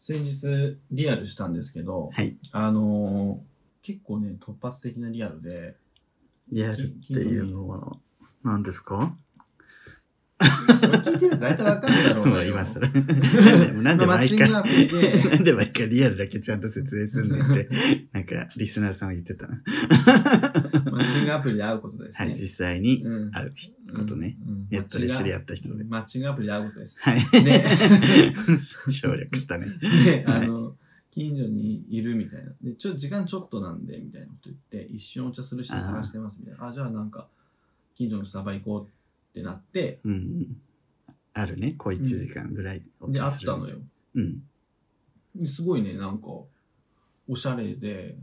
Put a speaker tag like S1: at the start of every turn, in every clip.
S1: 先日リアルしたんですけど、
S2: はい。
S1: あのー結構ね突発的なリアルで
S2: リアルっていうのは何ですか
S1: これ聞いてるやつ大体わかるだろう
S2: ま
S1: が
S2: あ
S1: よ
S2: 今更。 なん
S1: ま
S2: で
S1: あマッ
S2: 毎
S1: チン
S2: 回、
S1: グ
S2: な
S1: アプリで
S2: んで毎回リアルだけちゃんと説明すんねん って、なんかリスナーさんは言ってたな。
S1: マッチングアプリで会うことです
S2: は
S1: ね、
S2: い、実際に
S1: うん
S2: 会う人ことね。
S1: うん
S2: ネットで知り合った人で
S1: マッチングアプリで会うことです
S2: はい。
S1: ね
S2: 省略したね。
S1: で、
S2: はい
S1: あの、近所にいるみたいな。で、ちょ、時間ちょっとなんで、みたいなこと言って、一瞬お茶する人探してますみたいな。あじゃあなんか、近所のスタバ行こうってなって、
S2: うんうん。あるね、小1時間ぐらいお
S1: で、
S2: 茶
S1: 会っ
S2: する
S1: た
S2: み
S1: の
S2: たい
S1: よ。
S2: な。うん。
S1: ですごいね、なんか、おしゃれで、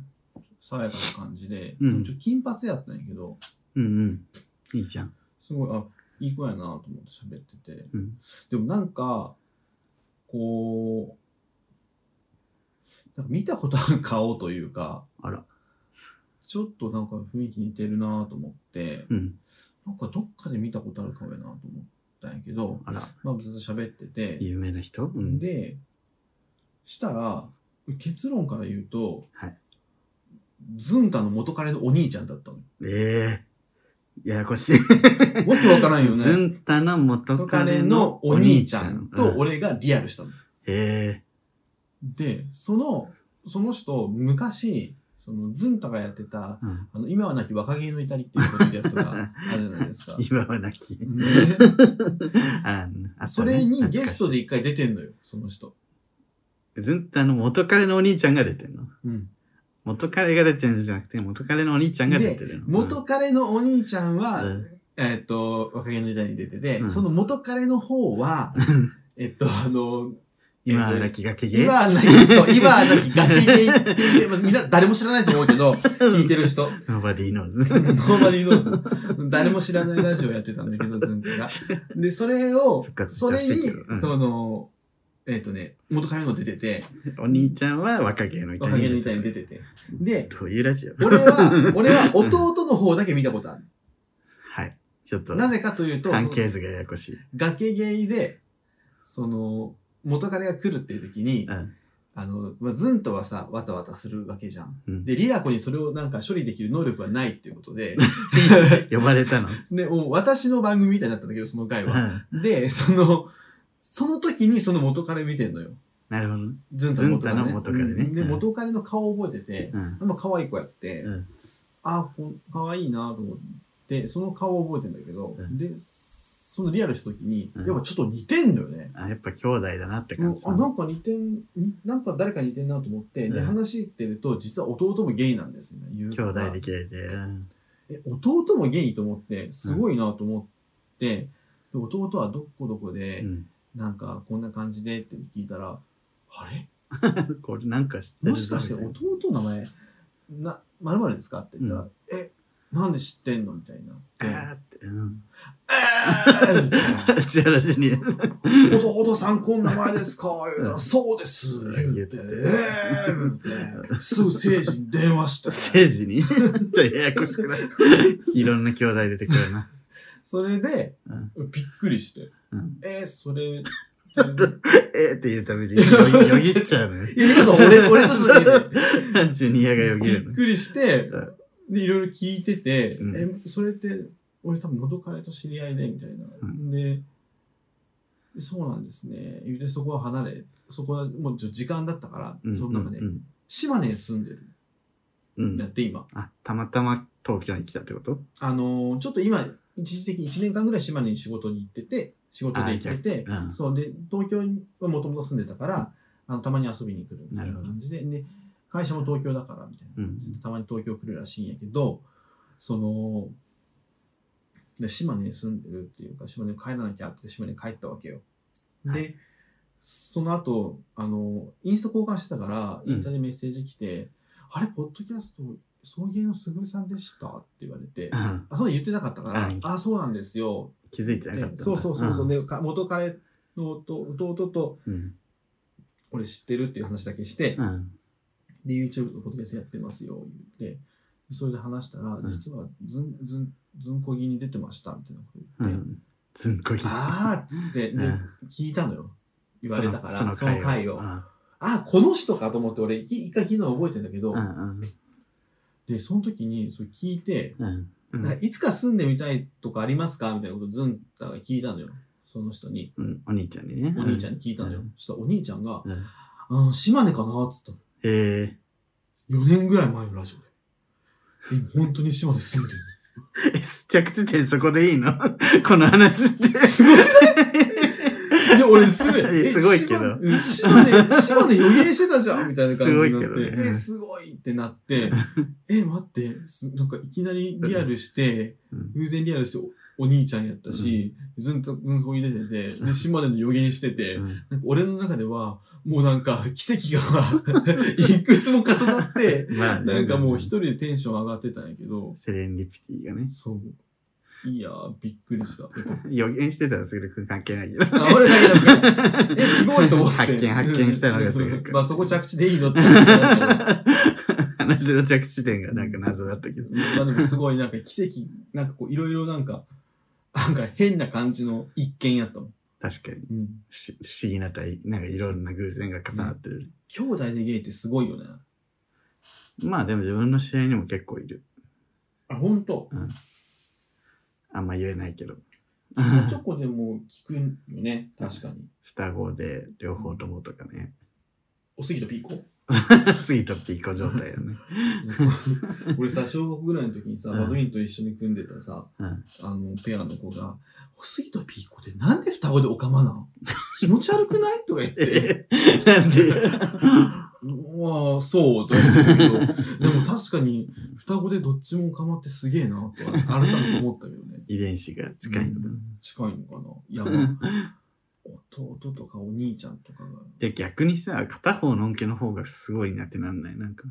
S1: 爽やかな感じで、
S2: うん
S1: ちょ金髪やったんやけど、
S2: うんうん。いいじゃん。
S1: すごい、あ、いい子やなと思って喋ってて。
S2: うん
S1: でもなんか、こう、なんか見たことある顔というか、
S2: あら。
S1: ちょっとなんか雰囲気似てるなと思って、
S2: うん。
S1: なんかどっかで見たことある顔やなと思ったんやけど、
S2: あら。
S1: まあずっと喋ってて、
S2: 有名な人うん。
S1: で、したら、結論から言うと、
S2: はい
S1: ズンタの元彼のお兄ちゃんだったの。
S2: ええややこしい。
S1: わけわからんよね。
S2: ずんたの元
S1: 元彼
S2: 彼
S1: の
S2: の
S1: お
S2: お
S1: 兄
S2: 兄
S1: ち
S2: ち
S1: ゃ
S2: ゃ
S1: ん
S2: ん
S1: と
S2: うん
S1: 俺がリアルしたの。
S2: え
S1: で、その、その人、昔、そのズンタがやってた、
S2: えうん。
S1: あの、今はなき若気の至りっていうポッドキャストがあるじゃないですか
S2: 今はなき。
S1: ね
S2: ああったね
S1: それに
S2: 懐
S1: ゲ
S2: かしい
S1: ストで一回出てんのよ、その人。
S2: ずんたの元彼のお兄ちゃんが出てんの
S1: うん、
S2: 元彼が出てるんじゃなくて、元彼のお兄ちゃんが出てるの。
S1: 元彼のお兄ちゃんは、
S2: うん
S1: えっと、若気の時代に出てて、
S2: うん
S1: その元彼の方は、
S2: うん
S1: えっと、あの、
S2: 今はなきがけげ。
S1: 今はなき、そう今はなきガキゲイっていう、まあみんな誰も知らないと思うけど、聞いてる人、
S2: Nobody
S1: ノ
S2: knows.
S1: ーマリーノーズ、誰も知らないラジオやってたんだけど、ズンコが。で、それを
S2: 復、活し
S1: そ
S2: てほ
S1: れ
S2: しい
S1: に
S2: けど。う、ん
S1: その、えっとね、元彼の出てて、
S2: お兄ちゃんは若気の至
S1: 若気の
S2: り
S1: 時代に
S2: に出
S1: 出
S2: て
S1: てて。で、
S2: る。どういうラジオ
S1: 俺は、俺は弟の方だけ見たことある。
S2: はい。ちょっと、
S1: なぜかというと、
S2: 関係図がややこしい。
S1: その崖ゲイで、その、元彼が来るっていう時に
S2: う、ん。
S1: あの、まあ、ズンとはさ、わたわたするわけじゃん。
S2: うん
S1: で、リラコにそれをなんか処理できる能力はないっていうこと で、
S2: 呼ばれ たの。
S1: で、もう私の番組みたいになったんだけど、その回
S2: う
S1: は。
S2: ん
S1: で、その、その時にその元彼見てんのよ。
S2: なるほどね。
S1: ズンと
S2: ズンとの元彼ね
S1: うんで、
S2: うん
S1: 元彼の顔を覚えてて、
S2: うん。
S1: まあ、可愛い子やって、
S2: うん
S1: ああ、こ可愛いなと思って、その顔を覚えてんだけど、
S2: うん
S1: で、そのリアルした時に、
S2: うん
S1: やっぱちょっと似てんだよね。
S2: あ、やっぱ兄弟だなって
S1: もう
S2: 感じ。
S1: あなんか似てんになんか誰か似てんなと思って、で
S2: うん
S1: 話してると実は弟もゲイなんですね言う
S2: 兄
S1: から
S2: 弟でゲイで。うん
S1: え弟もゲイと思ってすごいなと思って、で弟はどこどこで、
S2: うん。
S1: なんかこんな感じでって聞いたらあれ
S2: これなんか知ってる
S1: もしかして
S2: みたいな
S1: 弟の名前な〇〇ですかって言ったら、
S2: う
S1: えなんで知ってんのみたいになって
S2: あーって。うん。
S1: えーみたいな
S2: チ ラシに。
S1: 弟さんこんな 前ですか言うたらそうです。言って、
S2: 言って
S1: えー言ってすぐ成人電話して。
S2: 政治に。 ちょ、ややこしくない。いろんな兄弟出てくるな。
S1: それで、びっくりして。
S2: うん。
S1: えー、そ れ。
S2: えーって言うたびに、よぎよぎっちゃうのよ。
S1: いや、今の俺、俺とした時にね
S2: ジュニアがよぎ
S1: びっ
S2: るの。
S1: くりして
S2: う、
S1: で、いろいろ聞いてて、
S2: う
S1: え、それって、俺多分元彼と知り合いで、みたいな。
S2: うん
S1: で、そうなんですね。言うて、そこは離れ、そこはもうちょ時間だったから、
S2: うん
S1: その中で、
S2: うん
S1: 島根に住んでる。
S2: うんう
S1: だっ
S2: ん。
S1: て今。
S2: あ、たまたま東京に来たってこと
S1: あのーちょっと今、一時的に1年間ぐらい島根に仕事に行ってて、仕事で行ってて、
S2: うん。
S1: そうで、東京にはもともと住んでたから、あのたまに遊びに来るみたいな感じで、で会社も東京だからみたいな感じで、たまに東京来るらしいんやけど、その、で島根に住んでるっていうか、島根に帰らなきゃって島根に帰ったわけよ。で、
S2: は
S1: その後、あの、インスタ交換してたから、
S2: うん
S1: インスタでメッセージ来て、あれ、ポッドキャスト、送迎のすぐるさんでしたって言われて、
S2: うん
S1: あ、そう言ってなかったから、
S2: うん
S1: あ、そうなんですよ。
S2: 気づいてなかったん
S1: で
S2: だ。
S1: そうそうそうそう、
S2: ん
S1: でか元彼の弟弟と
S2: うん。
S1: 俺知ってるっていう話だけして、
S2: うん。
S1: で、YouTube とポッドキャストやってますよ、言って、それで話したら、
S2: ん
S1: 実はずん、ずん、ずんこぎに出てました、みたいなこと
S2: う
S1: 言って、
S2: ん。ずんこぎ。
S1: あーっつって、で
S2: うん
S1: 聞いたのよ。言われたから、その
S2: 回
S1: 回を。
S2: うん
S1: あ、この人かと思って、俺、き一回聞いたの覚えてんだけど、
S2: うんうん
S1: で、その時に、それ聞いて、
S2: うんう
S1: なんか
S2: ん
S1: いつか住んでみたいとかありますかみたいなことをずんたが聞いたのよ。その人に、
S2: うんお兄ちゃんにね
S1: お兄ちゃんに聞いたのよ。
S2: うん
S1: そしたらお兄ちゃんが、
S2: うん
S1: あー島根かなっつったの。
S2: へえ
S1: 4年ぐらい前のラジオで。今本当に島根住んでる。
S2: え 着地点そこでいいの この話って。
S1: すごいいや、俺すごい。え
S2: すごいけど。
S1: 島根、島根島根予言してたじゃんみたいな感じになって。
S2: すごいけどね
S1: え、すごいってな って、え、待って、すなんかいきなりリアルして、
S2: うん
S1: 偶然リアルしておお兄ちゃんやったし、ずんと、うんこに出てて、で、島根の予言してて、
S2: うん
S1: なんか俺の中では、もうなんか奇跡が いくつも重な って、
S2: まあね
S1: なんかもう一人でテンション上がってたんやけど、
S2: セレンディピティがね。
S1: そう。いやー、びっくりした。
S2: 予言してたらすぐくん関係ないけど。
S1: あ俺だけだけど。 え、すごいと思って。
S2: 発見、発見したのがすごく。
S1: まあそこ着地でいいのって話なんだけど
S2: 話の着地点がなんか謎だったけど。
S1: まあでもすごいなんか奇跡、なんかこういろいろなんか、なんか変な感じの一見やったもん。
S2: 確かに。
S1: うん。
S2: 不思不思議な体、なんかいろんな偶然が重なってる。
S1: 兄弟でゲイってすごいよね。
S2: まあでも自分の知り合いにも結構いる。
S1: あ、ほんと。
S2: あんま言えないけど。
S1: チョコでも聞くよね、確かに。
S2: 双子で両方ともと かね。
S1: おすぎとピーコ
S2: 次とピーコ状態だね。
S1: 俺さ、小学校ぐらいの時にさ、
S2: うん
S1: バドミントン一緒に組んでたさ、
S2: うん
S1: あの、ペアの子が、おすぎとピーコってなんで双子でオカマなの気持ち悪くないとか言って。
S2: えなんで
S1: まあ、そうとは思うんだけど、でも確かに双子でどっちも構ってすげえなとは改めて思ったけどね。
S2: 遺伝子が近いのか
S1: う
S2: なん
S1: 近いのかな。いや、まあ、弟とかお兄ちゃんとかが。
S2: で逆にさ片方のんけの方がすごいなってなんないなんか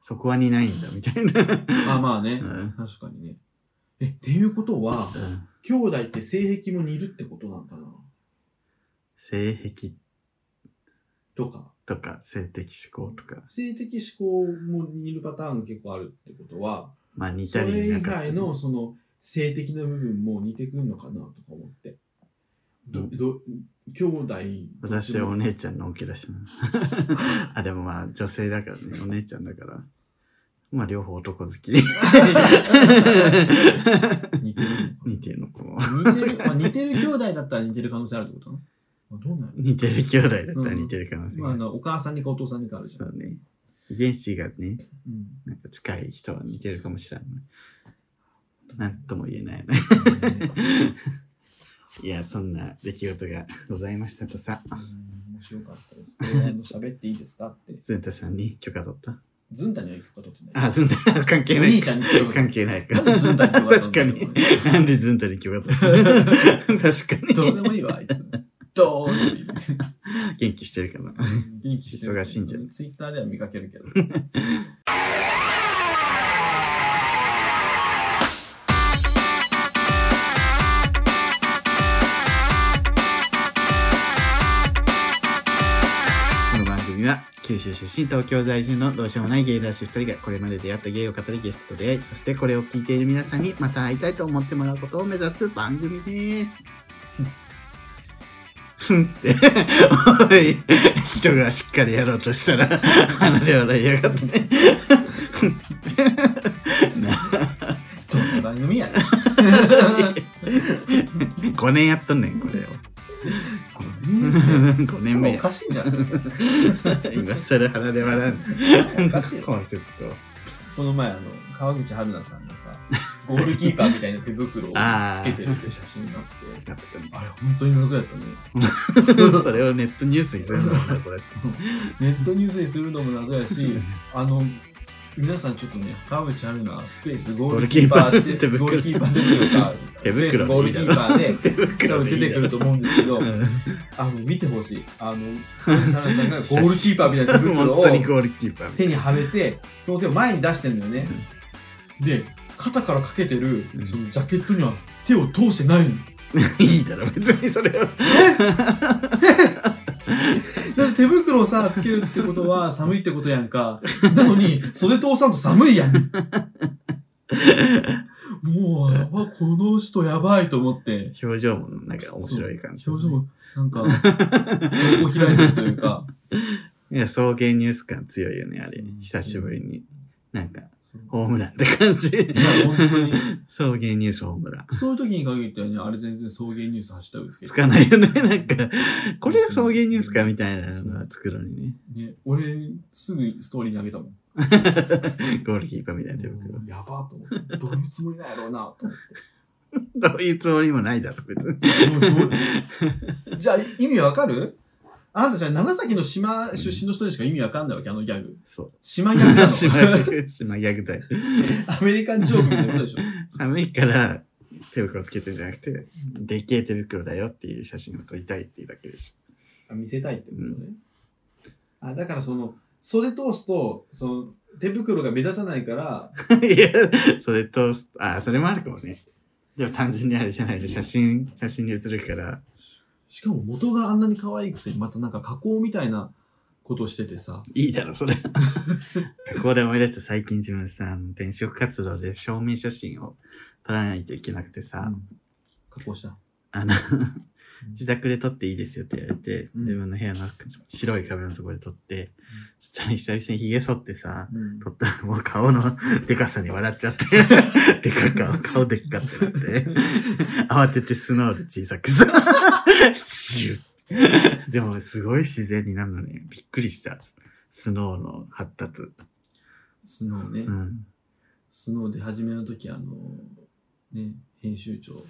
S2: そこはにないんだみたいな、
S1: まあまあね、
S2: うん
S1: 確かにね。え、っていうことは、
S2: うん
S1: 兄弟って性癖も似るってことなんかな
S2: 性癖
S1: とか、
S2: とか性的思考とか
S1: 性的思考も似るパターンが結構あるってことは、
S2: まあ似
S1: そ
S2: た
S1: れ
S2: りな
S1: 以
S2: かった
S1: 外
S2: り
S1: のその性的な部分も似てくるのかなとか思って。ど、
S2: うん
S1: ど、兄弟。
S2: 私はお姉ちゃんのんけ だしなあでもまあ女性だからねお姉ちゃんだからまあ両方男 好き
S1: 似てる
S2: 似てるのか
S1: の
S2: も
S1: か。似てる、まあ、似てる兄弟だったら似てる可能性あるってことなの、まあ、どうなる
S2: 似てる兄弟だったら似てる可能性
S1: まあ、
S2: があ
S1: あ
S2: る、
S1: の、お母さんにかお父さんにかあるじゃ
S2: そ
S1: ん。
S2: うね遺伝子がね
S1: うん。
S2: なんか近い人は似てるかもしれない。なんとも言えない ね。いや、そんな出来事がございましたとさ、
S1: うん面白かったです。これあの喋っていいですかって。
S2: ズンタさんに許可取った
S1: ずんたには行くかとってない。
S2: あ、ズンタ、関係
S1: お
S2: ない
S1: 兄
S2: か。
S1: ちゃんに行く
S2: 関係ないか。
S1: なんでズンタに許可取
S2: 確
S1: ったんだろ
S2: かに
S1: う。
S2: なんでズンタに許可 取った確か
S1: どう
S2: に。
S1: でもいいわ、あいつ。どうでもいい。
S2: 元気してるかな。
S1: 元気してる
S2: 忙しいんじゃない
S1: ツイッターでは見かけるけど。
S2: この番組は九州出身東京在住のどうしようもないゲイ男子2人がこれまで出会ったゲイを語りゲストと出会いそしてこれを聞いている皆さんにまた会いたいと思ってもらうことを目指す番組です。ふんっておい人がしっかりやろうとしたら鼻で笑いやがってね。ふんってな
S1: どんな番組やねん。
S2: 5年やっとんねんこれを。5年目
S1: おかしいんじゃない
S2: 今更鼻で笑 う
S1: お
S2: の
S1: かしいよ
S2: コンセプト。
S1: この前、あの、川口春奈さんがさ、ゴールキーパーみたいな手袋を
S2: あー
S1: つけてるって写真があって、
S2: やってたね
S1: あれ、本当に謎やったね。
S2: それをネットニュースにするのもなそれし
S1: ネットニュースにするのも謎やし、あの、皆さんちょっとね、川口春奈スペースゴールキーパーって、ゴ
S2: ゴ
S1: ール
S2: ール
S1: キ
S2: キ
S1: ー
S2: ー
S1: パ
S2: パ
S1: ー
S2: ー
S1: でいいのか、
S2: 手
S1: スペース
S2: 袋
S1: ゴー
S2: でい
S1: ルキ
S2: いだ
S1: ー
S2: ろ
S1: パーで、
S2: 手
S1: 多
S2: 袋
S1: 分
S2: でい
S1: 出
S2: い
S1: てくると思うんですけど、あの、見てほしい。あの、川口春奈さんがゴールキーパーみた いな手袋
S2: 本
S1: を
S2: 当にゴールキーパーみた
S1: 手
S2: い
S1: にはめて、その手を前に出してんのよね。で、肩からかけてる
S2: うん
S1: そのジャケットには手を通してないの。
S2: ないいだろ別にそれは
S1: だって手袋をさ、つけるってこと は寒いってことやんか。なのに、袖通さんと寒いやん。もう、あこの人やばいと思って。
S2: 表情もなんか面白い感じ
S1: 表情も、なんか、横開いてるというか、
S2: いや、草原ニュース感強いよね、あれ
S1: うん。
S2: 久しぶりに。なんか、ホー
S1: 本
S2: ムランって感じ。
S1: 当に。
S2: 草原ニュースホームラン。
S1: そういう時に限ってはね、あれ全然送迎ニュースハッシュタグつけ
S2: つ
S1: て。
S2: かないよね。なんか、これが草原ニュースかみたいなのは作るのにね。
S1: ね、俺、すぐストーリーにあげたもん。
S2: ゴールキーパーみたいな手袋。
S1: やばと思って。どういうつもりなんやろうなと思っ
S2: どういうつもりもないだろ、別に。
S1: てどうどう。 じゃあ、意味わかるあなたじゃあ長崎の島出身の人にしか意味わかんないわけ、あのギャグ。
S2: そう。
S1: 島 ギャグな
S2: 島
S1: の
S2: 逆、島逆だよ。
S1: アメリカンジョークみたいなことでしょ。
S2: 寒いから手袋つけてじゃなくて、でっけえ手袋だよっていう写真を撮りたいっていうだけでし
S1: あ見せたいってことね、あだからその袖通すとその手袋が目立たないから
S2: ょ。いや、それと、あ、それもあるかもね。でも単純にあれじゃないの、写真、写真に写るから。
S1: しかも元があんなに可愛いくせにまたなんか加工みたいなことしててさ
S2: いいだろ、それ。加工で思い出した最近自分さ、あの転職活動で証明写真を撮らないといけなくてさ、
S1: うん加工した
S2: あの、自宅で撮っていいですよって言われて、
S1: うん
S2: 自分の部屋の白い壁のところで撮って、そしたら久々に髭剃ってさ、
S1: うん
S2: 撮ったらもう顔のでかさに笑っちゃって、でか顔、顔でっかってなって、慌ててスノーで小さくさ、シュッ。でもすごい自然になるのね、びっくりした。スノーの発達。
S1: スノーね、
S2: うん。
S1: スノーで初めの時あのね編集長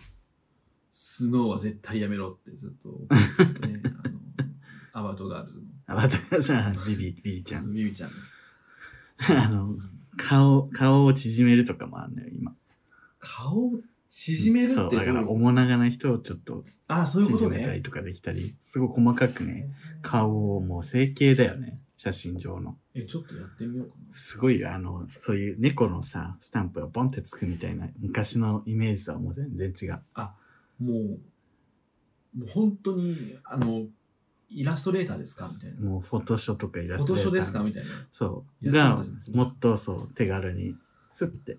S1: スノーは絶対やめろってずっと、 ね、あのアバウトガールズ
S2: あ、またさ、ビビ、ビビちゃ
S1: の
S2: ん。
S1: ビビちゃんの
S2: あの、顔、顔を縮めるとかもあるのよ、今。
S1: 顔を縮めるって
S2: そう、だか
S1: どうい
S2: ら、
S1: う
S2: 面長な人をちょっと
S1: あそういうこと
S2: 縮めた
S1: ね
S2: りとかできたり、すごい細かくね、顔をもう整形だよね、写真上の。
S1: えちょっとやってみようかな
S2: すごい、あの、そういう猫のさ、スタンプがボンってつくみたいな、昔のイメージとはもう全然違う。
S1: もうもう本当にあのイラストレーターですかみたいな
S2: もう、フォトショーとかイラ
S1: フ
S2: ス
S1: ォ
S2: ト
S1: ト
S2: レー
S1: シ
S2: ター
S1: ョですかみたいな
S2: そう。
S1: イラストレー
S2: が
S1: ターじゃないです、か
S2: もっとそう、手軽に、スッて、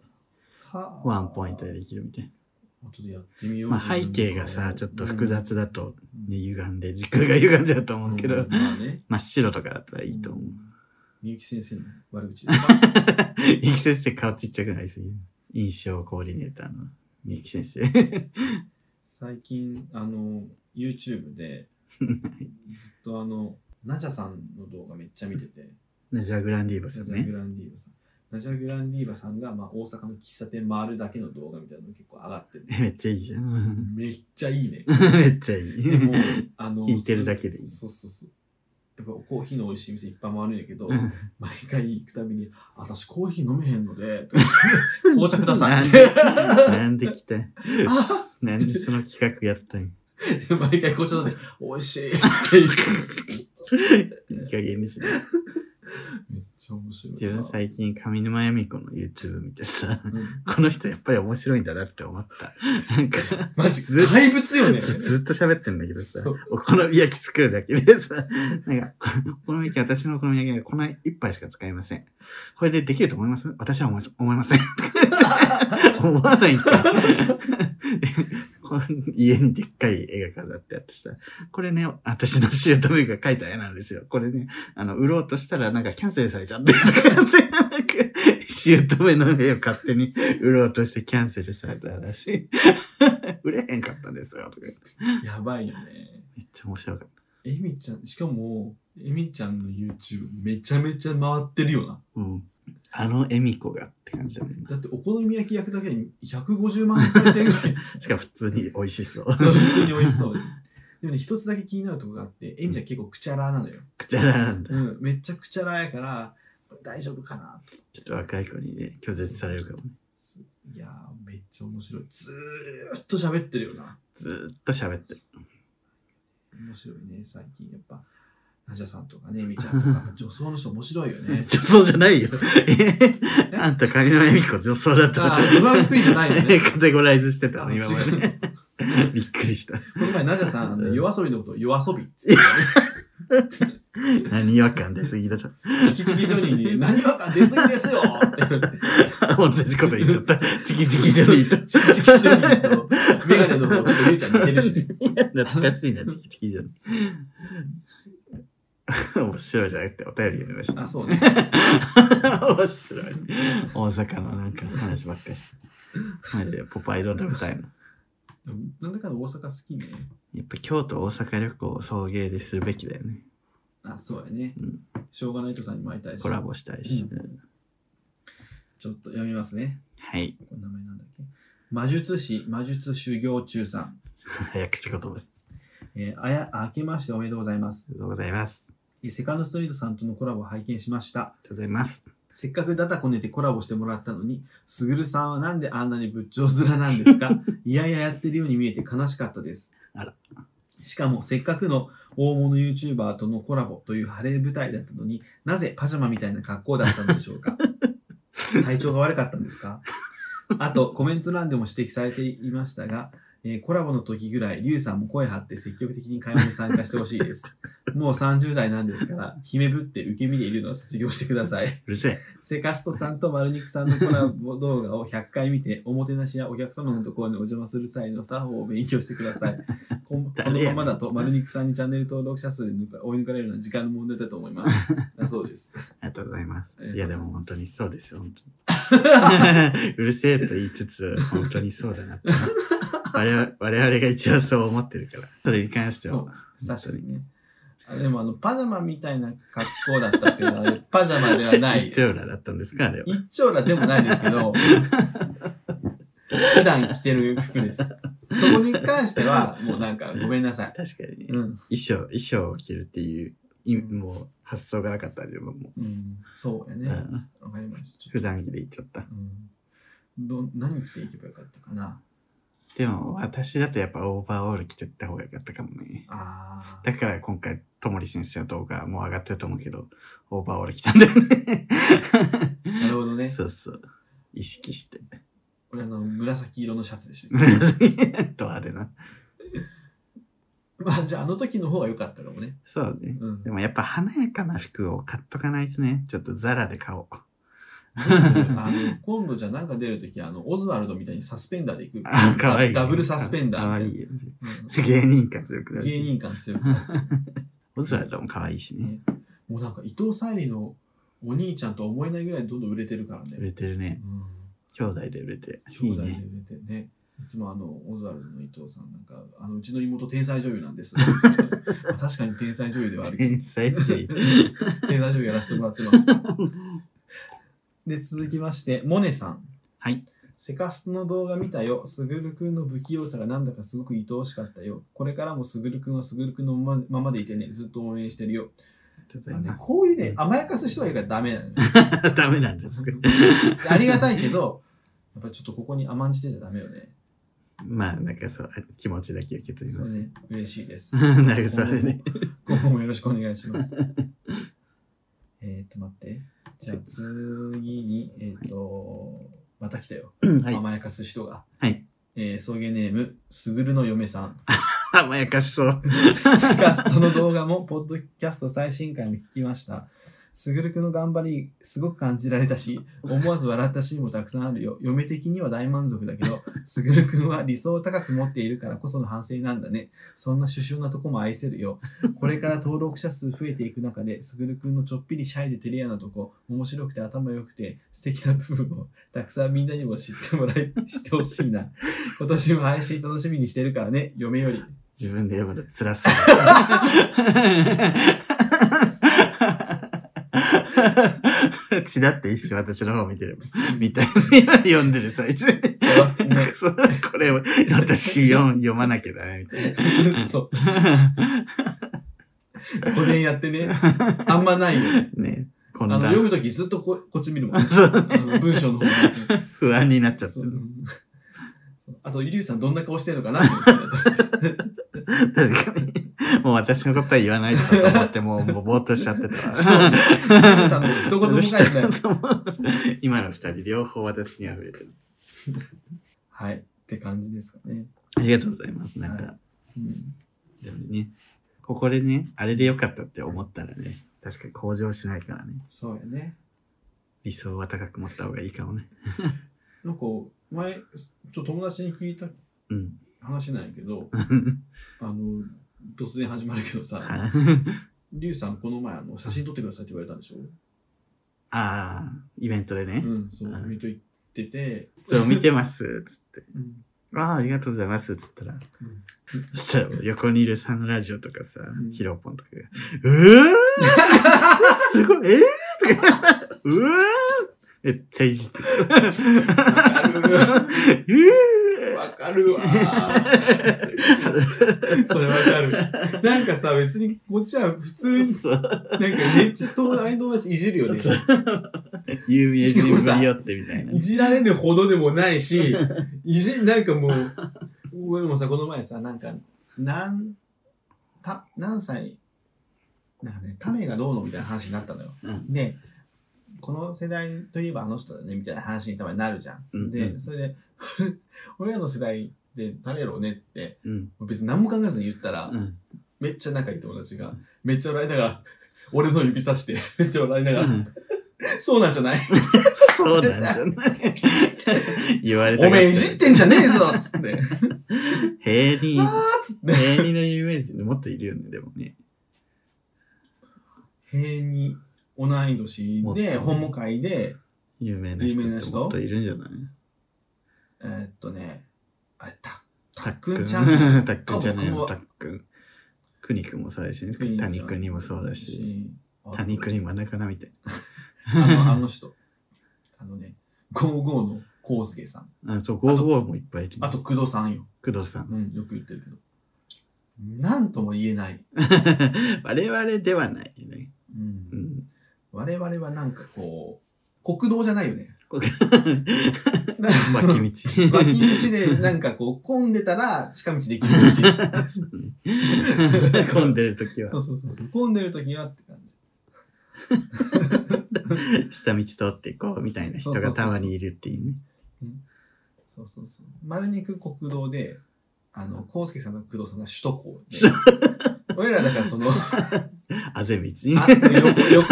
S1: はあ
S2: ワンポイントでできるみたいな。
S1: もうちょっとやってみよう
S2: まあ、背景がさ、ちょっと複雑だと、
S1: うん
S2: ね、歪んで、軸が歪んじゃうと思うけ
S1: う
S2: ど
S1: ん、まあね
S2: 真っ白とかだったらいいと思う。
S1: んみゆき先生の悪 口ですか
S2: ゆき先生顔ちっちゃくなりすぎる。印象コーディネーターのみゆき先生。
S1: 最近あの YouTube でずっとあのナチャさんの動画めっちゃ見てて
S2: ナジャグランディーバさ
S1: ナ
S2: ん
S1: ジャ
S2: ね
S1: グ。ランディーバさんナジャグランディーバさんが、まあ、大阪の喫茶店回るだけの動画みたいなの結構上がってて
S2: えめっちゃいいじゃん。
S1: めっちゃいいね
S2: めっちゃいい。
S1: でも、あの、
S2: 聞いてるだけでいい
S1: そうそうそう。やっぱコーヒーの美味しい店いっぱいもあるんやけど
S2: う、ん
S1: 毎回行くたびに、私コーヒー飲めへんので、 とか紅茶くだ さい。
S2: なんで来た
S1: あ
S2: なんでその企画やったんや
S1: 毎回紅茶飲んで、美味しいっていう。
S2: いい加減にしろ
S1: めっちゃ面白いな。
S2: 自分最近上沼恵美子の YouTube 見てさ、
S1: うん
S2: この人やっぱり面白いんだなって思った。なんか、
S1: マジ
S2: ずっと
S1: 怪物よね。
S2: ずずっと喋ってんだけどさ
S1: そう、
S2: お好み焼き作るだけでさ、なんか、お好み焼き、私のお好み焼きがこの一杯しか使えません。これでできると思います私は思います思いません。 思わないんかい。 この家にでっかい絵が飾ってあってさ、これね、私のシュート目が描いた絵なんですよ。これね、あの、売ろうとしたらなんかキャンセルされちゃって、と かやって、なんか、シュート目の絵を勝手に売ろうとしてキャンセルされたらしい。売れへんかったんですよ、とか言って。
S1: やばいよね。
S2: めっちゃ面白かった。
S1: えみちゃん、しかも、えみちゃんの YouTube めちゃめちゃ回ってるよな。
S2: うん。あの恵美子がって感じだもんな。
S1: だってお好み焼き焼くだけに150万再生ぐらい。
S2: しかも普通に美味しそう。
S1: そう普通に美味しそうです。でもね、一つだけ気になるとこがあって、エミちゃん結構くちゃらなのよ。
S2: くちゃらなんだ。
S1: うん、めっちゃくちゃらやから、大丈夫かなって
S2: ちょっと若い子にね、拒絶されるかもね。
S1: いやー、めっちゃ面白い。ずーっと喋ってるよな。
S2: ずーっと喋ってる。
S1: 面白いね、最近。やっぱ、ナジャさんとかね、エミちゃんと か、女装の人面白いよね。
S2: 女装じゃないよ。 えあんた上沼恵美子女装だった。
S1: あードラァグクイーンじゃないよね
S2: カテゴライズしてたの、今ま
S1: あ違
S2: で。 びっくりした。
S1: この前、ナジャさん、あ
S2: う
S1: の
S2: ん
S1: 夜遊びのことを夜遊びって言って
S2: 何違和感出すぎだろ。
S1: たね、チキチキジョニーに、何わかん出過ぎですよって言われて、
S2: 同じこと言っち ゃった。チキチキジョニーと。
S1: チキチキジョニーと、メガネ の方、ちょっとゆうちゃん似てるしね。
S2: 懐かしいな、チキチキジョニー。 面白いじゃなくてお便り読みました。
S1: あ、そうね。
S2: 面白い。大阪のなんか話ばっかりして。マジでポパイド食べたいな。
S1: なんだかんだ大阪好きね。
S2: やっぱ京都、大阪旅行を送迎でするべきだよね。
S1: あ、そうやね
S2: うん。
S1: しょうがないとさんにも会いたいし。
S2: コラボしたいし。
S1: ちょっと読みますね。
S2: はい。
S1: この名前なんだっけ魔術師、魔術修行中さん。
S2: 早口言葉。あり
S1: えーあや、あけましておめでとうございます。
S2: がとうございます。あ
S1: えーセカンドストリートさんとのコラボを拝見しました。
S2: りがとうございます。
S1: せっかくダタコネでコラボしてもらったのに、すぐるさんはなんであんなに仏頂面なんです かいやいややってるように見えて悲しかったです。
S2: あら
S1: しかも、せっかくの大物 YouTuber とのコラボという晴れ舞台だったのになぜパジャマみたいな格好だったのでしょう か体調が悪かったんですかあと、コメント欄でも指摘されていましたが、えーコラボの時ぐらい、リュウさんも声張って積極的に買い物に参加してほしいです。もう30代なんですから、 姫ぶって受け身でいるのを卒業してください。
S2: うるせえ。
S1: セカストさんと丸肉さんのコラボ動画を100回見て、おもてなしやお客様のところにお邪魔する際の作法を勉強してくださ い。こんこ
S2: 誰
S1: の
S2: や
S1: ままだと丸肉さんにチャンネル登録者数で抜か追い抜かれるのは時間の問題だと思います。だそうです。
S2: ありがとうございます
S1: ありがとうございま。す
S2: いや、でも本当にそうですよ。本当 にうるせえと言いつつ、本当にそうだなって。我々我々が一応そう思ってるから。それに関して
S1: そう
S2: は。、
S1: 確かにね。あでもあの、パジャマみたいな格好だったっていうのは、パジャマではないで
S2: 一
S1: す。
S2: 応らだったんですかあれは。
S1: 一丁羅でもないですけど、普段着てる服です。そこに関しては、もうなんかごめんなさい。
S2: 確かにね。
S1: うん。
S2: 衣装、衣装を着るっていう、い
S1: うん
S2: もう発想がなかった自分も。
S1: うん、そうや
S2: う
S1: ね。わ、
S2: ん
S1: かりました。ちょ
S2: 普
S1: っと
S2: 段着で行っちゃった。
S1: うん、ど何着ていけばよかったかな。
S2: でも私だとやっぱオーバーオール着てった方が良かったかもね。
S1: あ
S2: だから今回、ともり先生の動画もう上がってると思うけど、オーバーオール着たんだよね。
S1: あ、なるほどね。
S2: そうそう。意識して。
S1: 俺あの紫色のシャツでしたけど。
S2: 紫とあれな。
S1: まあじゃああの時の方が良かったかもね。
S2: そうね。
S1: うん
S2: で。もやっぱ華やかな服を買っとかないとね、ちょっとザラで買おう。
S1: あの今度じゃあなんか出る時あのオズワルドみたいにサスペンダーで行く。
S2: あ、かわいい。
S1: ダブルサスペンダー
S2: かわいいよ。
S1: う
S2: 芸人感強くなんる。
S1: 芸人感 強い。
S2: オズワルドも可愛いしね。
S1: もうなんか伊藤沙莉のお兄ちゃんとは思えないぐらいどんどん売れてるからね。
S2: 売れてる
S1: う
S2: ね。
S1: ん
S2: 兄弟で売れて。い
S1: 兄
S2: い
S1: 弟で
S2: ね。
S1: 出てね。いつもあの、オズワルドの伊藤さんなんか、あの、うちの妹天才女優なん です。まあ確かに天才女優ではあるけ
S2: 天才児。
S1: ど、天才女優やらせてもらってます。で、続きまして、モネさん。
S2: はい。
S1: セカストの動画見たよ。すぐるくんの不器用さがなんだかすごく愛おしかったよ。これからもすぐるくんはすぐるくんのままままでいてね、ずっと応援してるよ。
S2: ありがとうござ
S1: あ
S2: い
S1: のね
S2: ま
S1: こういうね、甘やかす人がいるからダメな のよ。
S2: す。 ダメなんですか。
S1: ありがたいけど、やっぱちょっとここに甘んじてちゃダメよね。
S2: まあ、なんかそう、気持ちだけ受け取り
S1: そ
S2: ま
S1: う
S2: す。
S1: ね、嬉しいです。
S2: なんかそれね。
S1: 今後もよろしくお願いし ます。えっと、待って。じゃあ次に、えっ、と、また来たよ。
S2: はい。
S1: 甘やかす人が。
S2: はい。
S1: えー、送迎ネーム、すぐるの嫁さん。
S2: 甘やかしそう。
S1: スカストの動画も、ポッドキャスト最新回も聞きました。すぐるくんの頑張り、すごく感じられたし、思わず笑ったシーンもたくさんあるよ。嫁的には大満足だけ ど、すぐるくんは理想を高く持っているからこその反省なんだね。そんな主秀なとこも愛せるよ。これから登録者数増えていく中で、すぐるくんのちょっぴりシャイで照れ屋なとこ、面白くて頭良くて素敵な部分をたくさんみんなにも知ってもらい、知ってほしい な。今年も配信楽しみにしてるからね、嫁より。
S2: 自分で読むの辛そう。 ちだって一瞬私の方見てるみたいに読んでる最中に
S1: やばね
S2: そうこれを私読読まなきゃだねみたい
S1: そう。
S2: な。
S1: 5年やってね。あんまないよ。
S2: ねこ
S1: あ
S2: ん
S1: の
S2: な
S1: 読むときずっとここっち見るもん。あ
S2: そう
S1: の文章の 方に。
S2: 不安になっちゃって
S1: そう
S2: る。
S1: あと、イリュウさんどんな顔してんのかな って思って
S2: 確かに。もう私のことは言わないと思って、もうもうぼーっとしちゃってたわ。
S1: そう イリュウさんの一言も書いてない。
S2: 今の二人両方私に溢れてる。
S1: はい。って感じですかね。
S2: ありがとうございます。なんか、
S1: はうん
S2: でもね、ここでね、あれでよかったって思ったらね、確かに向上しないからね、
S1: そうやね。
S2: 理想は高く持った方がいいかもね。
S1: なんか、前、ちょっと友達に聞いた
S2: うん。
S1: 話なんやけど、あの、突然始まるけどさ、リュウさん、この前、あの、写真撮ってくださいって言われたんでしょ
S2: ああ、イベントでね
S1: う。ん、そう、
S2: うん
S1: 見といてて、
S2: そう、見てます。つって。
S1: うん、
S2: ああ、ありがとうございます。つったら。
S1: うん
S2: そしたら、横にいるサンラジオとかさ
S1: ん、
S2: ヒロポンとかが、 うーすごい、えーとか、うーめっちゃいじってくる。
S1: か
S2: う
S1: わかるわー。それわかる。なんかさ、別に、こっちは普通
S2: ー
S1: に、
S2: そう。
S1: なんかめっちゃ隣の友達いじるよね。
S2: そう有名人ぶりよってみたいな。
S1: いじられるほどでもないし、いじ、なんかもう、俺もさ、この前さ、なんか、なん、た、何歳、なんかね、タメがどうのみたいな話になったのよ。
S2: うん
S1: で、この世代といえばあの人だね、みたいな話にたまになるじゃん。
S2: うんう
S1: で、それで、 俺らの世代で誰やろうねって、
S2: うん。
S1: 別に何も考えずに言ったら、
S2: うん。
S1: めっちゃ仲いい友達が、めっちゃ笑いながら、 俺の指さして、めっちゃ笑いながら、そうなんじゃない
S2: そうなんじゃない言われたか
S1: お
S2: った
S1: めえいじってんじゃねえぞつって。
S2: 平人、
S1: あーつって。
S2: 平人の有名人でもっといるよね、でもね。
S1: 平に同い年
S2: もっと
S1: で、
S2: ね
S1: ホモ会で、
S2: 有名な人ってもっといるんじゃない
S1: えーっとね、あれ、た、
S2: た
S1: た
S2: っ
S1: っ
S2: く
S1: く
S2: ん
S1: ん
S2: ち
S1: ちゃ
S2: ゃん。
S1: ん
S2: たっくんじゃない
S1: か
S2: よ、
S1: も
S2: たっくん。くにくんもそうだし、
S1: 国
S2: 谷くんにもそうだし、、
S1: あ
S2: 谷くんに真ん中なみたい
S1: あの、あ
S2: な。
S1: の人。あのね、ゴーゴーのコウスケさん。
S2: あそう、ゴーゴーもいっぱいいるね。
S1: あと、工藤さんよ。
S2: 工藤さん
S1: う。ん、よく言ってるけど。なんとも言えない。
S2: 我々ではないね。
S1: う、
S2: うんん。
S1: 我々はなんかこう、国道じゃないよね。
S2: 脇道。
S1: 脇道でなんかこう混んでたら近道できる し
S2: 混んでる時
S1: そ
S2: は
S1: うそうそうそう混んでる時はって感じ
S2: 下道通っていこうみたいな人がたまにいるっていうね。
S1: そうそうそう丸肉国道であの康介さんと工藤さんが首都高
S2: 首
S1: で俺 らだからそのあ
S2: あぜ道。
S1: 横横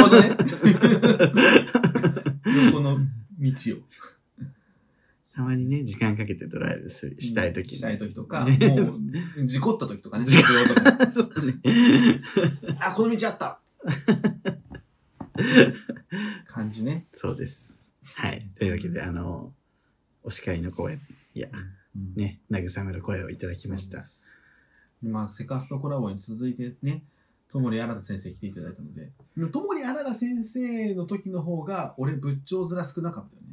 S1: の ね横の道を
S2: たまにね、時間かけてドライブするしたい時に。
S1: したい時と か、
S2: ね
S1: もう事故った時と かね
S2: 事故
S1: 国道とか
S2: そうね
S1: あこの道あった 感じね、
S2: そうです。はい。というわけで、あの、お叱りの声、いや、
S1: うん
S2: ね、慰めの声をいただきまし
S1: そう
S2: た
S1: で。す。まあ、セカストコラボに続いてね、ともりあらた先生来ていただいたので、ともりあらた先生の時の方が、俺、仏頂面少なかったよね。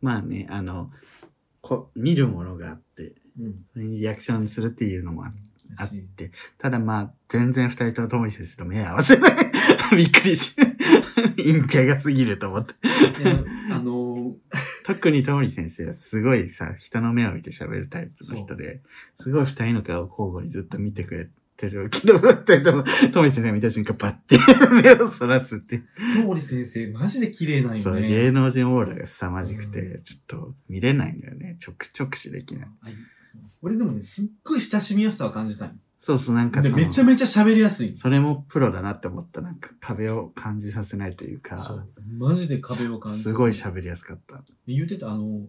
S2: まあね、あの、こ見るものがあって、それにリアクションするっていうのもああ
S1: だ
S2: っ
S1: し
S2: て、ただまあ、全然二人ともともり先生と目合わせない。 びっくりし、陰キャが過ぎると思って。
S1: いやあの
S2: 特にともり先生はすごいさ、人の目を見て喋るタイプの人で、すごい二人の顔を交互にずっと見てくれてるけど、二人とも、ともり先生が見た瞬間、パッて 目をそらすっていう。
S1: ー、ともり先生、マジで綺麗なん
S2: そ
S1: よ
S2: う、
S1: ね。
S2: 芸能人オーラが凄まじくて
S1: う、
S2: ちょっと見れないんだよね。直、直視できない。
S1: はいそう俺でもね、すっごい親しみやすさを感じたんよ
S2: そうそう、なんか
S1: で
S2: そ
S1: めちゃ
S2: の、
S1: めちゃ喋りやすい。
S2: それもプロだなって思った。なんか壁を感じさせないという
S1: そ
S2: か
S1: う、マジで壁を感じ
S2: すごい喋りやすかった。
S1: 言ってた、あの、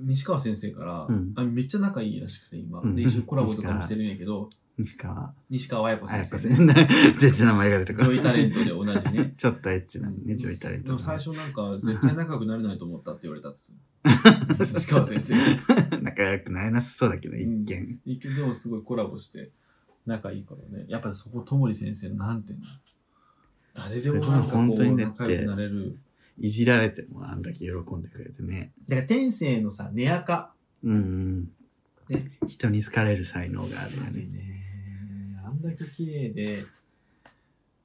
S1: 西川先生から、
S2: うん
S1: あめっちゃ仲いいらしくて、今、
S2: うん
S1: で一緒にコラボとかもしてるんやけど、
S2: 西川
S1: 西川綾子
S2: 綾
S1: 先
S2: 子
S1: 生。
S2: 先生、全然名前が出て
S1: ジ
S2: こない
S1: ョイタレントで同じね。
S2: ちょっとエッチなね、ジョイタレン
S1: で
S2: ト
S1: も
S2: の。
S1: 最初なんか、絶対仲良くなれないと思ったって言われたんですよ。 西川先生。
S2: 仲良くなれなさそうだけど、一見。
S1: いけでもすごいコラボして、仲いいからね。やっぱそこ、ともり先生のなんていうの誰でもなんかこ
S2: すごい本当
S1: う、
S2: にね
S1: 仲良くなれる。
S2: いじられてもあんだけ喜んでくれてね。
S1: だから天性のさ、根垢。
S2: うん、う
S1: ね
S2: ん。人に好かれる才能があるよね。
S1: ね。あんだけ綺麗で、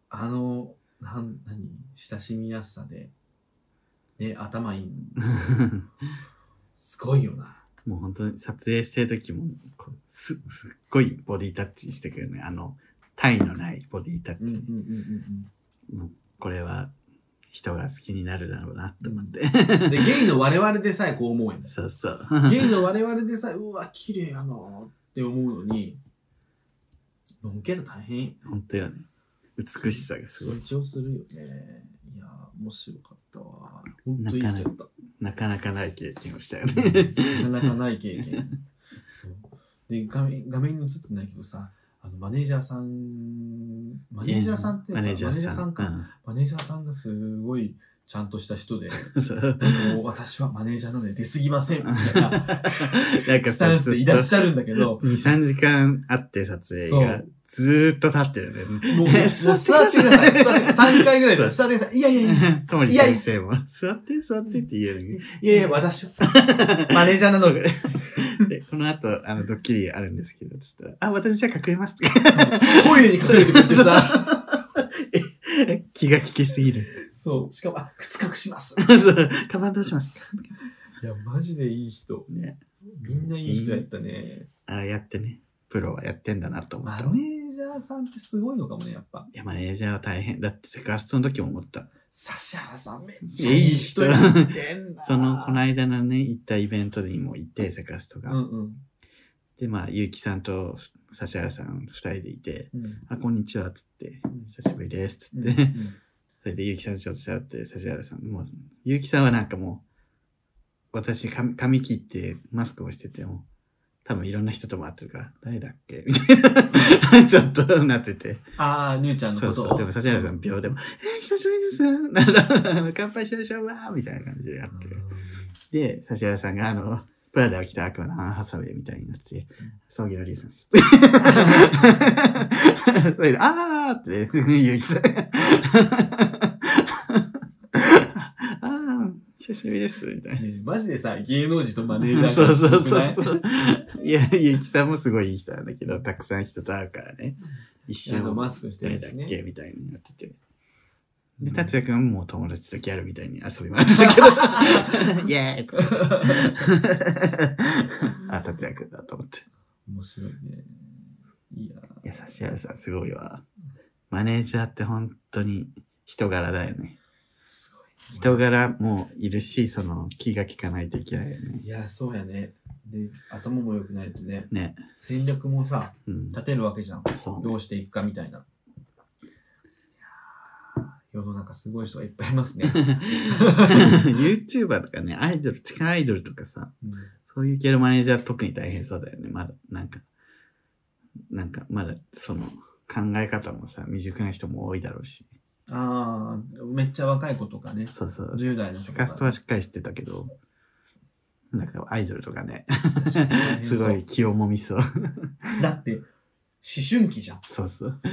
S1: あの、なん、何親しみやすさで、ね、頭いいの。すごいよな。
S2: もう本当に撮影してる時もこうす、すっごいボディタッチしてくるね。あの、体のないボディタッチ。
S1: うんうんうんうん
S2: もうこれは人が好きになるだろうなと思って。
S1: うん。で、ゲイの我々でさえこう思うやん。
S2: そ うそう。
S1: ゲイの我々でさえ、うわ、綺麗やなって思うのに、のんけた大変。
S2: 本当よね。美しさがすごい。
S1: 緊張するよね。いやー、面白かったわ。本当にいい人やった。
S2: なかなかない経験をしたよね。
S1: なかなかない経験。そうで画面、画面に映ってないけどさ、あのマネージャーさんマネージャーさんって、
S2: マネージャー
S1: マ
S2: さん。
S1: か、マネージャーさんがすごいちゃんとした人で、
S2: うんそう。
S1: もう 私はマネージャーなので出過ぎませんみたいな
S2: なんか
S1: スタ
S2: さ、
S1: ンス
S2: ず
S1: でい
S2: っ
S1: ら
S2: と
S1: っしゃるんだ けど、
S2: 2、3時間あって撮影が
S1: そ、
S2: ずーっと立ってるんだよね。
S1: もう、もう
S2: え
S1: 座ってください。座って3回ぐらい
S2: そう
S1: で、座ってください。いやいやいやいや。
S2: ともり先生も、座って座ってって言うのに。
S1: いやいや、私は、 マネージャーなので。
S2: で、この後、あの、ドッキリあるんですけど、つったら、あ、私じゃあ隠れますとか。
S1: トイレに隠れてくれてさ、
S2: 気が利きすぎる。
S1: そう、しかも、あ、靴隠します。
S2: そう、カバンどうしますか
S1: いや、マジでいい人。
S2: ね。
S1: みんないい人やったね。
S2: あやってね。プロはやってんだなと思っ
S1: マ
S2: た。
S1: ネージャーさんってすごいのかもね、やっぱ。
S2: いや、マネージャーは大変。だって、ガストの時も思った。
S1: 指原さんめっちゃいい人やってんな。
S2: その、この間のね、行ったイベントにも行って、セカストが。
S1: うんうん
S2: で、まあ、ゆうきさんと指原さん二人でいて、
S1: うん。
S2: あ、こんにちは、つって、
S1: ん
S2: 久しぶりです、つ
S1: う
S2: っ
S1: ん
S2: て、
S1: うん
S2: それでゆうきさんとちょっとしゃって、指原さん、もう、ゆうきさんはなんかもう、私、髪髪切ってマスクをしてても、多分いろんな人とも会ってるから、誰だっけみたい な、 ちょっとなってて。
S1: ああ、ニューちゃんの
S2: そ
S1: こ
S2: う
S1: と
S2: そう。でも、指原さん、秒でも、えー、久しぶり です。乾杯しましょうわーみたいな感じでやって。で、指原さんが、あの、プラダを着た悪魔のアンハサウェイみたいになって、葬儀のリーさ んです。それで、あーって、ゆうきさん。あー、久しぶりです、みたいな。
S1: ねえマジでさ、芸能人とマネージャー
S2: そう
S1: がす
S2: そう
S1: ごく
S2: そ
S1: な
S2: う
S1: い
S2: そう。いや、ゆうきさんもすごいいい人なんだけど、たくさん人と会うからね。一
S1: あ
S2: 瞬
S1: のマスクして
S2: 誰
S1: る
S2: だっ
S1: しね。
S2: けみたいになってて。
S1: うん
S2: で、達也くんはもう友達とギャルみたいに遊びましたけど。イェーイあ、達也くんだと思って。
S1: 面白いね。いや
S2: いや、指原さんすごいわ。マネージャーって本当に人柄だよね。
S1: すごい。
S2: 人柄もいるし、その気が利かないといけないよね。
S1: いや、そうやね。で、頭も良くないとね、
S2: ね。
S1: 戦略もさ、
S2: うん。
S1: 立てるわけじゃん。
S2: そうね
S1: どうしていくかみたいな。いやー世の中すごい人がいっぱいいますね。
S2: YouTuber とかね、アイドル、地下アイドルとかさ、
S1: うん
S2: そういう系のマネージャー特に大変そうだよね。まだ、なんか、なんか、まだ、その、考え方もさ、未熟な人も多いだろうし。
S1: ああ、めっちゃ若い子とかね、
S2: そうそう。
S1: 10代の
S2: セ
S1: 人
S2: カ
S1: と
S2: スト
S1: か。
S2: はしっかりしてたけど、なんかアイドルとかね、
S1: かに
S2: すごい気をもみそう。
S1: だって、思春期じゃん。
S2: そうそう。
S1: 思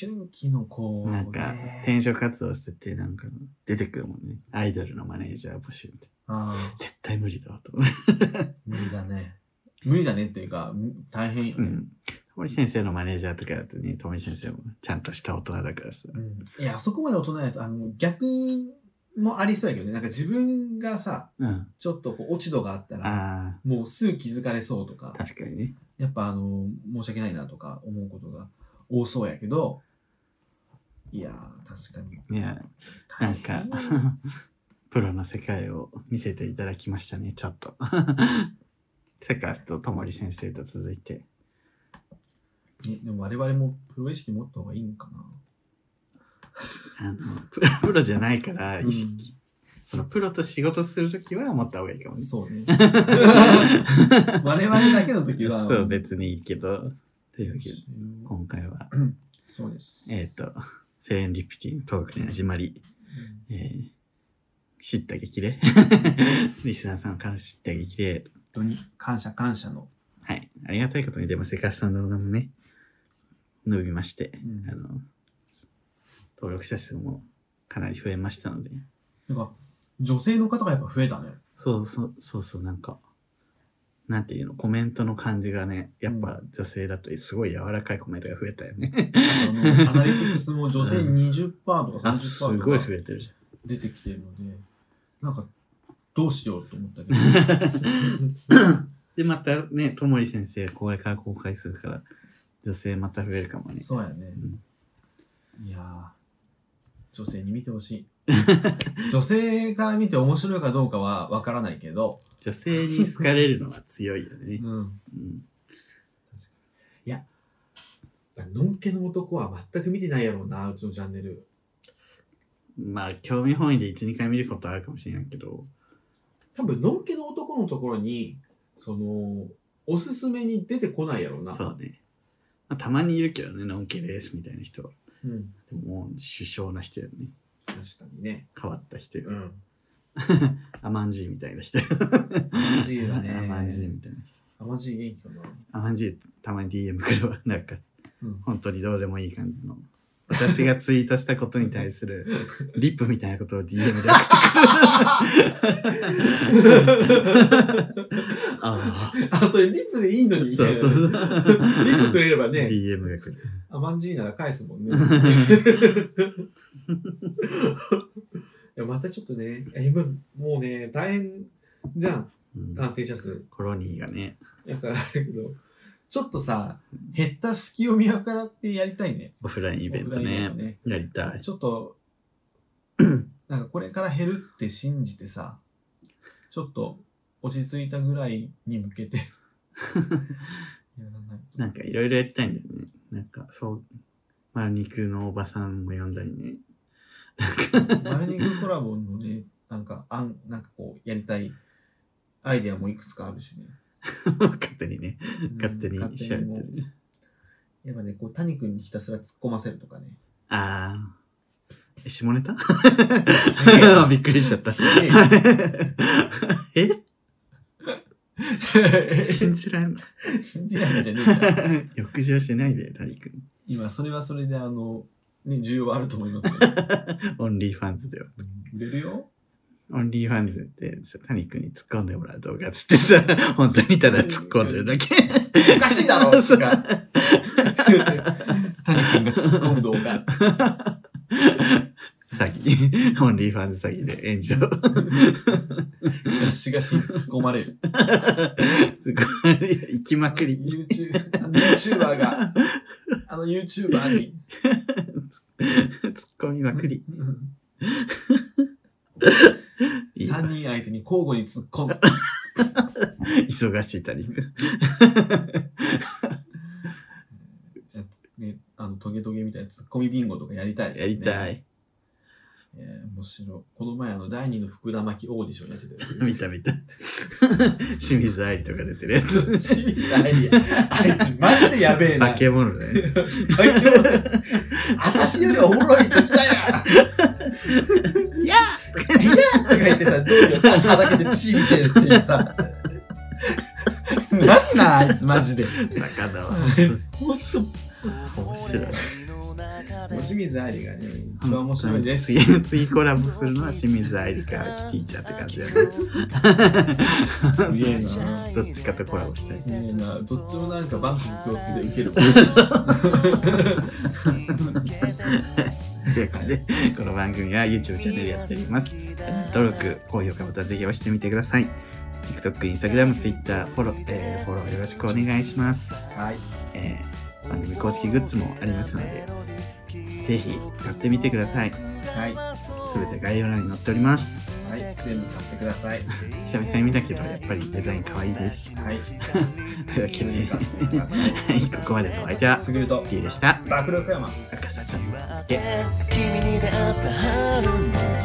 S1: 春期の子、ね、
S2: なんか、転職活動してて、なんか、出てくるもんね。アイドルのマネージャー募集みたい
S1: あ
S2: な。絶対無理だわと思う。
S1: ー無理だね無理だねっていうかむ大変よ
S2: う
S1: ね、
S2: ん。森先生のマネージャーとかだとね、ともり先生もちゃんとした大人だからさ。
S1: うんいやあそこまで大人やとあの逆もありそうやけどねなんか自分がさ
S2: うん。
S1: ちょっとこう落ち度があったら
S2: あ
S1: もうすぐ気づかれそうとか
S2: あ、確かにね。
S1: やっぱあの申し訳ないなとか思うことが多そうやけどいやー確かに
S2: いや、なんか、プロの世界を見せていただきましたね、ちょっと。セカスト、ともり先生と続いて。
S1: ねでも我々もプロ意識持った方がいいのかな
S2: あのプロプロじゃないから
S1: うん
S2: 意識、そのプロと仕事するときは持った方がいいかもね。
S1: そう ね我々だけの時は
S2: そう、別にいいけど。というわけで、
S1: うん
S2: 今回は、
S1: そうです。
S2: えっ、と、セレンディピティのトークに始まり、えー、知った激励 リスナーさんから知った激励。
S1: うん、本当に感謝感謝の。
S2: はい。ありがたいことに、でも、セカストの動画もね、伸びまして、
S1: うん
S2: あの、登録者数もかなり増えましたので、
S1: なんか女性の方がやっぱ増えた ね。
S2: そうそう、そうそう、なんか、なんていうの、コメントの感じがね、やっぱ女性だとすごい柔らかいコメントが増えた よね。
S1: あのアナリティクスも女性
S2: う
S1: 20%とか
S2: あ、す
S1: 30%と
S2: ごい増
S1: か
S2: えてるじ
S1: 出てきてるので、なんかどうしようと思ったけど。
S2: ゃん。で、またね、ともり先生、公開から公開するから、女性また増えるかもね。
S1: そうやね。いやー女性に見てほしい。 女性から見て面白いかどうかはわからないけど、
S2: 女性に好かれるのは強いよね
S1: う。ん。
S2: うん、
S1: のんけの男は全く見てないやろうな、うちのチャンネル。
S2: まあ、興味本位で1、2回見ることあるかもしれないけど、
S1: 多分のんけの男のところにそのおすすめに出てこないやろうな
S2: そうね。まあ、たまにいるけどね、のんきですみたいな人は。
S1: うん。
S2: でももう首相な人やね。
S1: 確かにね。
S2: 変わった人よ。
S1: ん。
S2: アマンジーみたいな人。
S1: マジだね。
S2: アマンジーみたいな人。
S1: 甘じい元気かな。
S2: アマンジーたまに DM くるわ。なんか、
S1: うん。
S2: 本当にどうでもいい感じの。私がツイートしたことに対 するリップみたいなことを DM で送っ てくる。 あ
S1: あ、それリップでいいの
S2: あ、
S1: にみ
S2: そ
S1: た
S2: う
S1: いな。
S2: そうそう
S1: リ。ップくれればね、
S2: DM が来る。
S1: 甘じいなら返すもんね。 いやまたちょっとね、いや今もうね、大変じゃん、
S2: うん
S1: 感染者数。
S2: コロニーがね。
S1: だからあれだけど、ちょっとさ、減った隙を見計らってやりたいね。
S2: オフラインイベント
S1: オフラインイベ
S2: ね
S1: ン。トね
S2: やりたい。
S1: ちょっと、なんかこれから減るって信じてさ、ちょっと落ち着いたぐらいに向けてやらないと。
S2: なんかいろいろやりたいんだよね。なんかそう、まあ肉のおばさんも呼んだりね。
S1: マルニングコラボのね、なんか、あんなんかこう、やりたいアイデアもいくつかあるしね。
S2: 勝手にね、勝手
S1: うん
S2: にしちゃって
S1: 勝手にも
S2: る。
S1: うやっぱね、こう、谷君にひたすら突っ込ませると かね。
S2: あー。え下ネタ
S1: す
S2: びっくりしちゃった
S1: すげ。
S2: え
S1: げえ
S2: 信じらんない。
S1: 信じないんじゃねえか。
S2: 浴場しないで、谷君。
S1: 今、それはそれで、あの、ね、需要はあると思いますけど。
S2: オンリーファンズでは。
S1: 売れるよ。
S2: オンリーファンズってさ、谷君に突っ込んでもらう動画っつってさ、 本当にただ突っ込んでるだけ。
S1: おかしいだろう
S2: そう
S1: とか。谷君が突っ込む動画。
S2: 詐欺。オ ンリーファンズ詐欺で炎上。
S1: ガシガシに突っ込まれる。
S2: すごい、行きまくり。
S1: YouTube、あの YouTuber が、あの YouTuber に。
S2: 突っ込みまくり。いいわ
S1: 3人相手に交互に突っ込む。
S2: 忙しい谷君。
S1: やつね、あのトゲトゲみたいなツッコミビンゴとかやりたいです
S2: や
S1: よね。
S2: りたい。
S1: えー。むしろ、この前あの第二の福田巻きオーディションやってた よ。
S2: 見た見た。清水愛理とか出てるやつ。
S1: 清水愛理あいつマジでやべえな。
S2: 化け物だね。
S1: 化け物私よりおもろい人来たやんいやいやとか言ってさ、どうよ、はだけて血見せるっていうさ。なんなんあいつマジで。
S2: 中だわ。
S1: あいつほんと
S2: 面白い。
S1: 清水愛理がね、一番面白いです。
S2: 次、次コラボするのは清水愛理かキティちゃんって感じだね。
S1: すげえな。
S2: どっちかとコラボしたい。
S1: いいなどっちもなんかバンクに共通で受ける。
S2: ということで、この番組は YouTube チャンネルやっております。登録、高評価ボタンぜひ押してみてください。TikTok、Instagram、Twitter、フォロー、えーフォローよろしくお願いします。
S1: はい。
S2: えー番組公式グッズもありますので、ぜひ買ってみてください。
S1: はい。は
S2: すべて概要欄に載っております。
S1: い。全部買ってください。
S2: 久々に見たけど、やっぱりデザイン可愛いです。
S1: はい。
S2: というわけで、
S1: 全部買ってください。
S2: はい、ここまでのお相手は、
S1: すぐると、
S2: T でした。
S1: 爆力山。
S2: 赤坂の続け。
S3: 君に出会った春の